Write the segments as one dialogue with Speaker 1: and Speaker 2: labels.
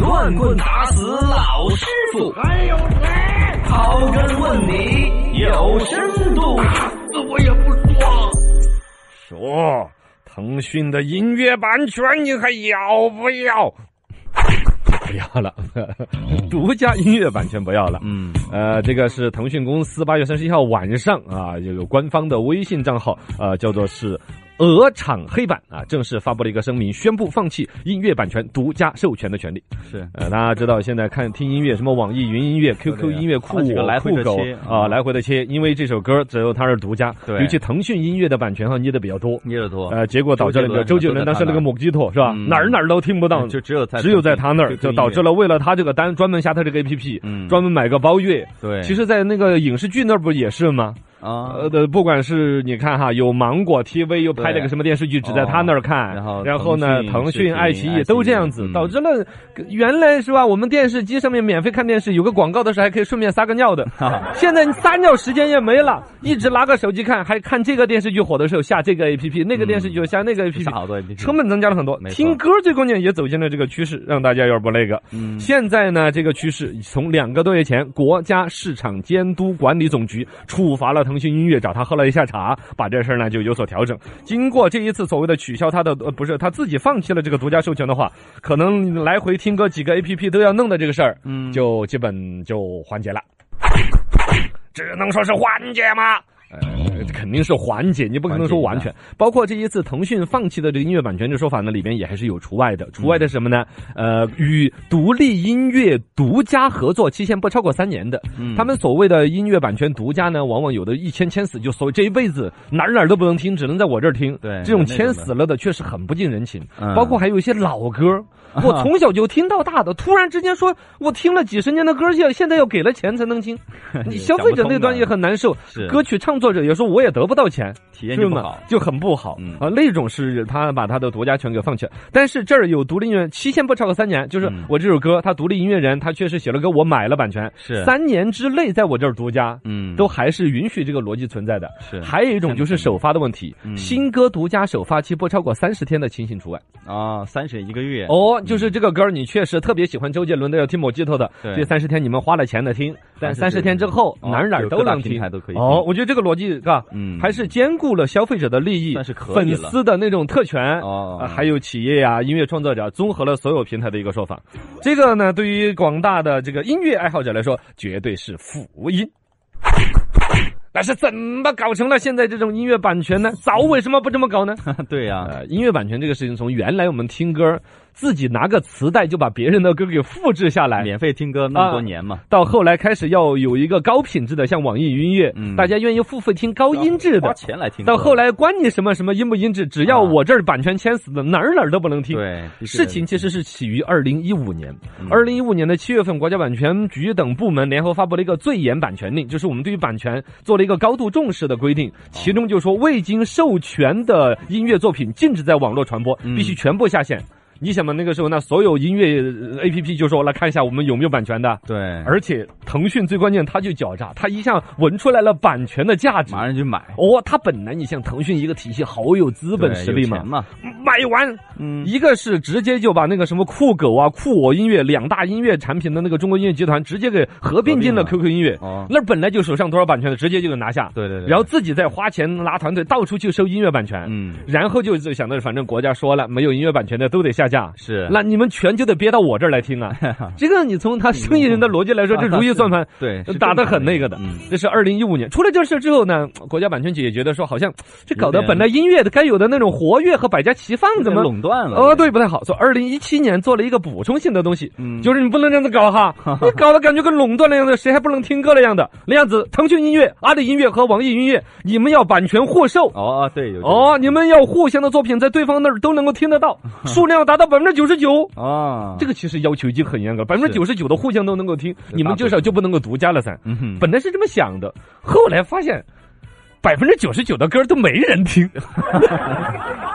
Speaker 1: 乱棍打死老师傅，
Speaker 2: 还有谁？
Speaker 1: 刨根问底有深度。
Speaker 2: 死我也不说。
Speaker 3: 说，腾讯的音乐版权你还要不要？不要了， 独家音乐版权不要了。
Speaker 1: 嗯，
Speaker 3: 呃，这个是腾讯公司八月三十一号晚上啊，有有官方的微信账号，呃，叫做是。鹅厂黑板啊，正式发布了一个声明，宣布放弃音乐版权独家授权的权利。
Speaker 1: 是
Speaker 3: 呃，大家知道现在看听音乐，什么网易云音乐、QQ 音乐、酷
Speaker 1: 好几个
Speaker 3: 我
Speaker 1: 来回
Speaker 3: 酷
Speaker 1: 着
Speaker 3: 狗
Speaker 1: 切
Speaker 3: 啊，
Speaker 1: 啊
Speaker 3: 来回的切，因为这首歌只有它是独家，
Speaker 1: 对
Speaker 3: 尤其腾讯音乐的版权哈捏的比较多，
Speaker 1: 捏得多。
Speaker 3: 呃，结果导致了你知道周
Speaker 1: 周杰
Speaker 3: 杰伦
Speaker 1: 伦
Speaker 3: 当时那个母鸡头是吧，
Speaker 1: 嗯
Speaker 3: 哪儿哪儿都听不到，
Speaker 1: 就只有在
Speaker 3: 呃只有在他那儿，
Speaker 1: 腾讯
Speaker 3: 就导致了为了他这个单专门下他这个 A P P，
Speaker 1: 嗯
Speaker 3: 专门买个包月。
Speaker 1: 对，
Speaker 3: 其实，在那个影视剧那儿不也是吗？
Speaker 1: 啊，
Speaker 3: 呃的，不管是你看哈，有芒果 TV 又拍了个什么电视剧，只在他那儿看，
Speaker 1: 哦然后
Speaker 3: 呢，
Speaker 1: 腾讯
Speaker 3: 腾
Speaker 1: 视频
Speaker 3: 讯、爱奇
Speaker 1: 爱奇
Speaker 3: 艺
Speaker 1: 艺
Speaker 3: 都这样子，
Speaker 1: 嗯
Speaker 3: 导致了原来是吧，我们电视机上面免费看电视，有个广告的时候还可以顺便撒个尿的，现在撒尿时间也没了，一直拿个手机看，还看这个电视剧火的时候下这个 APP，那个电视剧下那个 APP，
Speaker 1: 下好多 APP
Speaker 3: 成本增加了很多。
Speaker 1: 没错
Speaker 3: 听歌最关键也走进了这个趋势，让大家有点不那个。
Speaker 1: 嗯
Speaker 3: 现在呢，这个趋势从两个多月前，国家市场监督管理总局处罚了腾讯音乐，找他喝了一下茶，把这事儿呢就有所调整。经过这一次所谓的取消他的，呃，不是他自己放弃了这个独家授权的话，可能来回听歌几个 APP 都要弄的这个事儿，
Speaker 1: 嗯
Speaker 3: 就基本就缓解了。 只能说是缓解吗？呃，肯定是缓解，你不可能说完全。包括这一次腾讯放弃的这个音乐版权这说法呢，里边也还是有除外的。除外的是什么呢？呃，与独立音乐独家合作期限不超过三年的，
Speaker 1: 嗯
Speaker 3: 他们所谓的音乐版权独家呢，往往有的一签签死，就所谓这一辈子哪儿哪儿都不能听，只能在我这儿听。
Speaker 1: 对
Speaker 3: 这种
Speaker 1: 有那种
Speaker 3: 签
Speaker 1: 的
Speaker 3: 死了的确实很不近人情。
Speaker 1: 嗯
Speaker 3: 包括还有一些老 歌，我从小就听到大的，突然之间说我听了几十年的歌，现现在要给了钱才 能听，你消费者那端也很难受
Speaker 1: 是。
Speaker 3: 歌曲创作者有时候我也得不到钱，
Speaker 1: 体验就不
Speaker 3: 是吗
Speaker 1: 好
Speaker 3: 就很不好
Speaker 1: 嗯
Speaker 3: 啊。那种是他把他的独家权给放弃了，但是这儿有独立音乐期限不超过三年，就是
Speaker 1: 嗯
Speaker 3: 我这首歌，他独立音乐人他确实写了歌，我买了版权，
Speaker 1: 是
Speaker 3: 三年之内在我这儿独家，
Speaker 1: 嗯
Speaker 3: 都还是允许这个逻辑存在的。
Speaker 1: 是嗯
Speaker 3: 还有一种就是首发的问题，新歌独家首发期不超过三十天的情形除外。
Speaker 1: 啊，三十一个月
Speaker 3: 哦，就是这个歌儿你确实特别喜欢周杰伦的，要听某鸡头的，
Speaker 1: 对
Speaker 3: 这三十天你们花了钱的听，但三十天之后
Speaker 1: 哦
Speaker 3: 哪儿哪儿
Speaker 1: 就
Speaker 3: 都
Speaker 1: 各大
Speaker 3: 能
Speaker 1: 平
Speaker 3: 听
Speaker 1: 台，都可以
Speaker 3: 哦
Speaker 1: 听，
Speaker 3: 我觉得这个逻辑，嘎，
Speaker 1: 嗯
Speaker 3: 还是兼顾了消费者的利益，
Speaker 1: 算是可以
Speaker 3: 粉
Speaker 1: 了
Speaker 3: 丝的那种特权，
Speaker 1: 哦
Speaker 3: 啊还有企业呀、音乐创作者，综合了所有平台的一个说法。这个呢，对于广大的这个音乐爱好者来说，绝对是福音。但是怎么搞成了现在这种音乐版权 呢？早为什么不这么搞呢？
Speaker 1: 对呀，
Speaker 3: 呃，音乐版权这个事情，从原来我们听歌儿自己拿个磁带就把别人的歌给复制下来，
Speaker 1: 免费听歌那么多年嘛，
Speaker 3: 到后来开始要有一个高品质的，像网易云音乐，
Speaker 1: 嗯哦
Speaker 3: 大家愿意付费听高音质
Speaker 1: 花
Speaker 3: 的。
Speaker 1: 钱来听歌，
Speaker 3: 到后来关你什么什么音不音质，只要
Speaker 1: 啊
Speaker 3: 我这儿版权签死的，哪儿哪儿都不能听。
Speaker 1: 对嗯
Speaker 3: 事情其实是起于二零一五年，二零一五年的七月份，国家版权局等部门联合发布了一个最严版权令，就是我们对于版权做了一个高度重视的规
Speaker 1: 啊
Speaker 3: 定，其中就说未经授权的音乐作品禁止在网络传播，
Speaker 1: 嗯
Speaker 3: 必须全部下线。你想嘛，那个时候那所有音乐呃 A P P 就说来看一下我们有没有版权的，
Speaker 1: 对，
Speaker 3: 而且腾讯最关键，它就狡诈，它一下闻出来了版权的价值。
Speaker 1: 马上就买，
Speaker 3: 哦，它本来你像腾讯一个体系，好有资本
Speaker 1: 对
Speaker 3: 实力
Speaker 1: 有
Speaker 3: 嘛
Speaker 1: 钱，嘛，
Speaker 3: 买完，
Speaker 1: 嗯
Speaker 3: 一个是直接就把那个什么酷狗啊、酷我音乐两大音乐产品的那个中国音乐集团直接给合并进了
Speaker 1: 合并
Speaker 3: QQ 音乐，
Speaker 1: 哦
Speaker 3: 那儿本来就手上多少版权的，直接就给拿下，
Speaker 1: 对对对
Speaker 3: 然后自己再花钱拉团队到处去收音乐版权，
Speaker 1: 嗯
Speaker 3: 然后就就想着反正国家说了，没有音乐版权的都得下架，
Speaker 1: 是
Speaker 3: 那你们全就得憋到我这儿来 听啊，这个你从他生意人的逻辑来
Speaker 1: 啊
Speaker 3: 说，这如意算盘
Speaker 1: 对哎是
Speaker 3: 打得很那个的
Speaker 1: 正常的嗯。
Speaker 3: 这是二零一五年出了这事之后呢，国家版权局也觉得说，好像这搞得
Speaker 1: 有点
Speaker 3: 本来音乐的该有的那种活跃和百家齐放，怎么
Speaker 1: 垄断了？
Speaker 3: 哦，，对，不太好。所以二零一七年做了一个补充性的东西，
Speaker 1: 嗯
Speaker 3: 就是你不能这样子搞 哈，你搞得感觉跟垄断那样的，谁还不能听歌那样的？那样子，腾讯音乐、阿里音乐和网易云音乐，你们要版权互授。
Speaker 1: 哦哦对有这个
Speaker 3: 哦，你们要互相的作品在对方那儿都能够听得 到，数量达到百分之九十九。
Speaker 1: 哦
Speaker 3: 这
Speaker 1: 个
Speaker 3: 个其实要求已经很严格了，百分之九十九的互相都能够听，你们至少就不能够独家了噻。
Speaker 1: 嗯哼
Speaker 3: 本来是这么想的，后来发现百分之九十九的歌都没人听。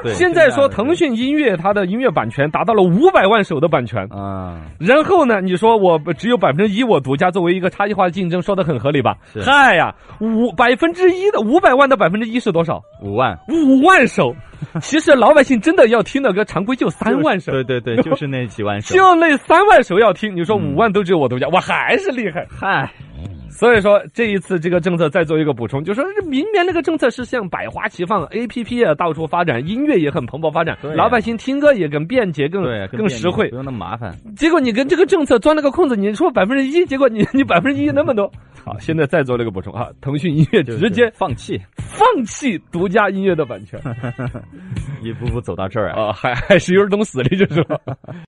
Speaker 1: 对，
Speaker 3: 现在说腾讯音乐它的音乐版权达到了五百万首的版权，
Speaker 1: 啊，
Speaker 3: 然后呢，你说我只有百分之一我独家，作为一个差异化的竞争，说的很合理吧
Speaker 1: 是？
Speaker 3: 嗨呀，五百分之一的五百万的百分之一是多少？
Speaker 1: 五万
Speaker 3: 五万首。其实老百姓真的要听的歌，常规就三万首。
Speaker 1: 对对 对，就是那几万首。
Speaker 3: 就那三万首要听，你说
Speaker 1: 嗯
Speaker 3: 五万都只有我独家，我还是厉害。
Speaker 1: 嗨，
Speaker 3: 所以说这一次这个政策再做一个补充，就说这明年那个政策是像百花齐放，A P P 啊到处发展，音乐也很蓬勃发展
Speaker 1: 对，啊
Speaker 3: 老百姓听歌也更便捷、更
Speaker 1: 对，
Speaker 3: 嗯
Speaker 1: 啊
Speaker 3: 更实惠
Speaker 1: 不。用那么麻烦。
Speaker 3: 结果你跟这个政策钻了个空子，你说百分之一，结果你你百分之一那么多。 好，现在再做了一个补充啊，腾讯音乐
Speaker 1: 就
Speaker 3: 直
Speaker 1: 是
Speaker 3: 接
Speaker 1: 放弃，
Speaker 3: 放弃独家 音乐的版权
Speaker 1: 一步步走到这儿啊。
Speaker 3: 哦啊，还还是有点懂死的，就是说。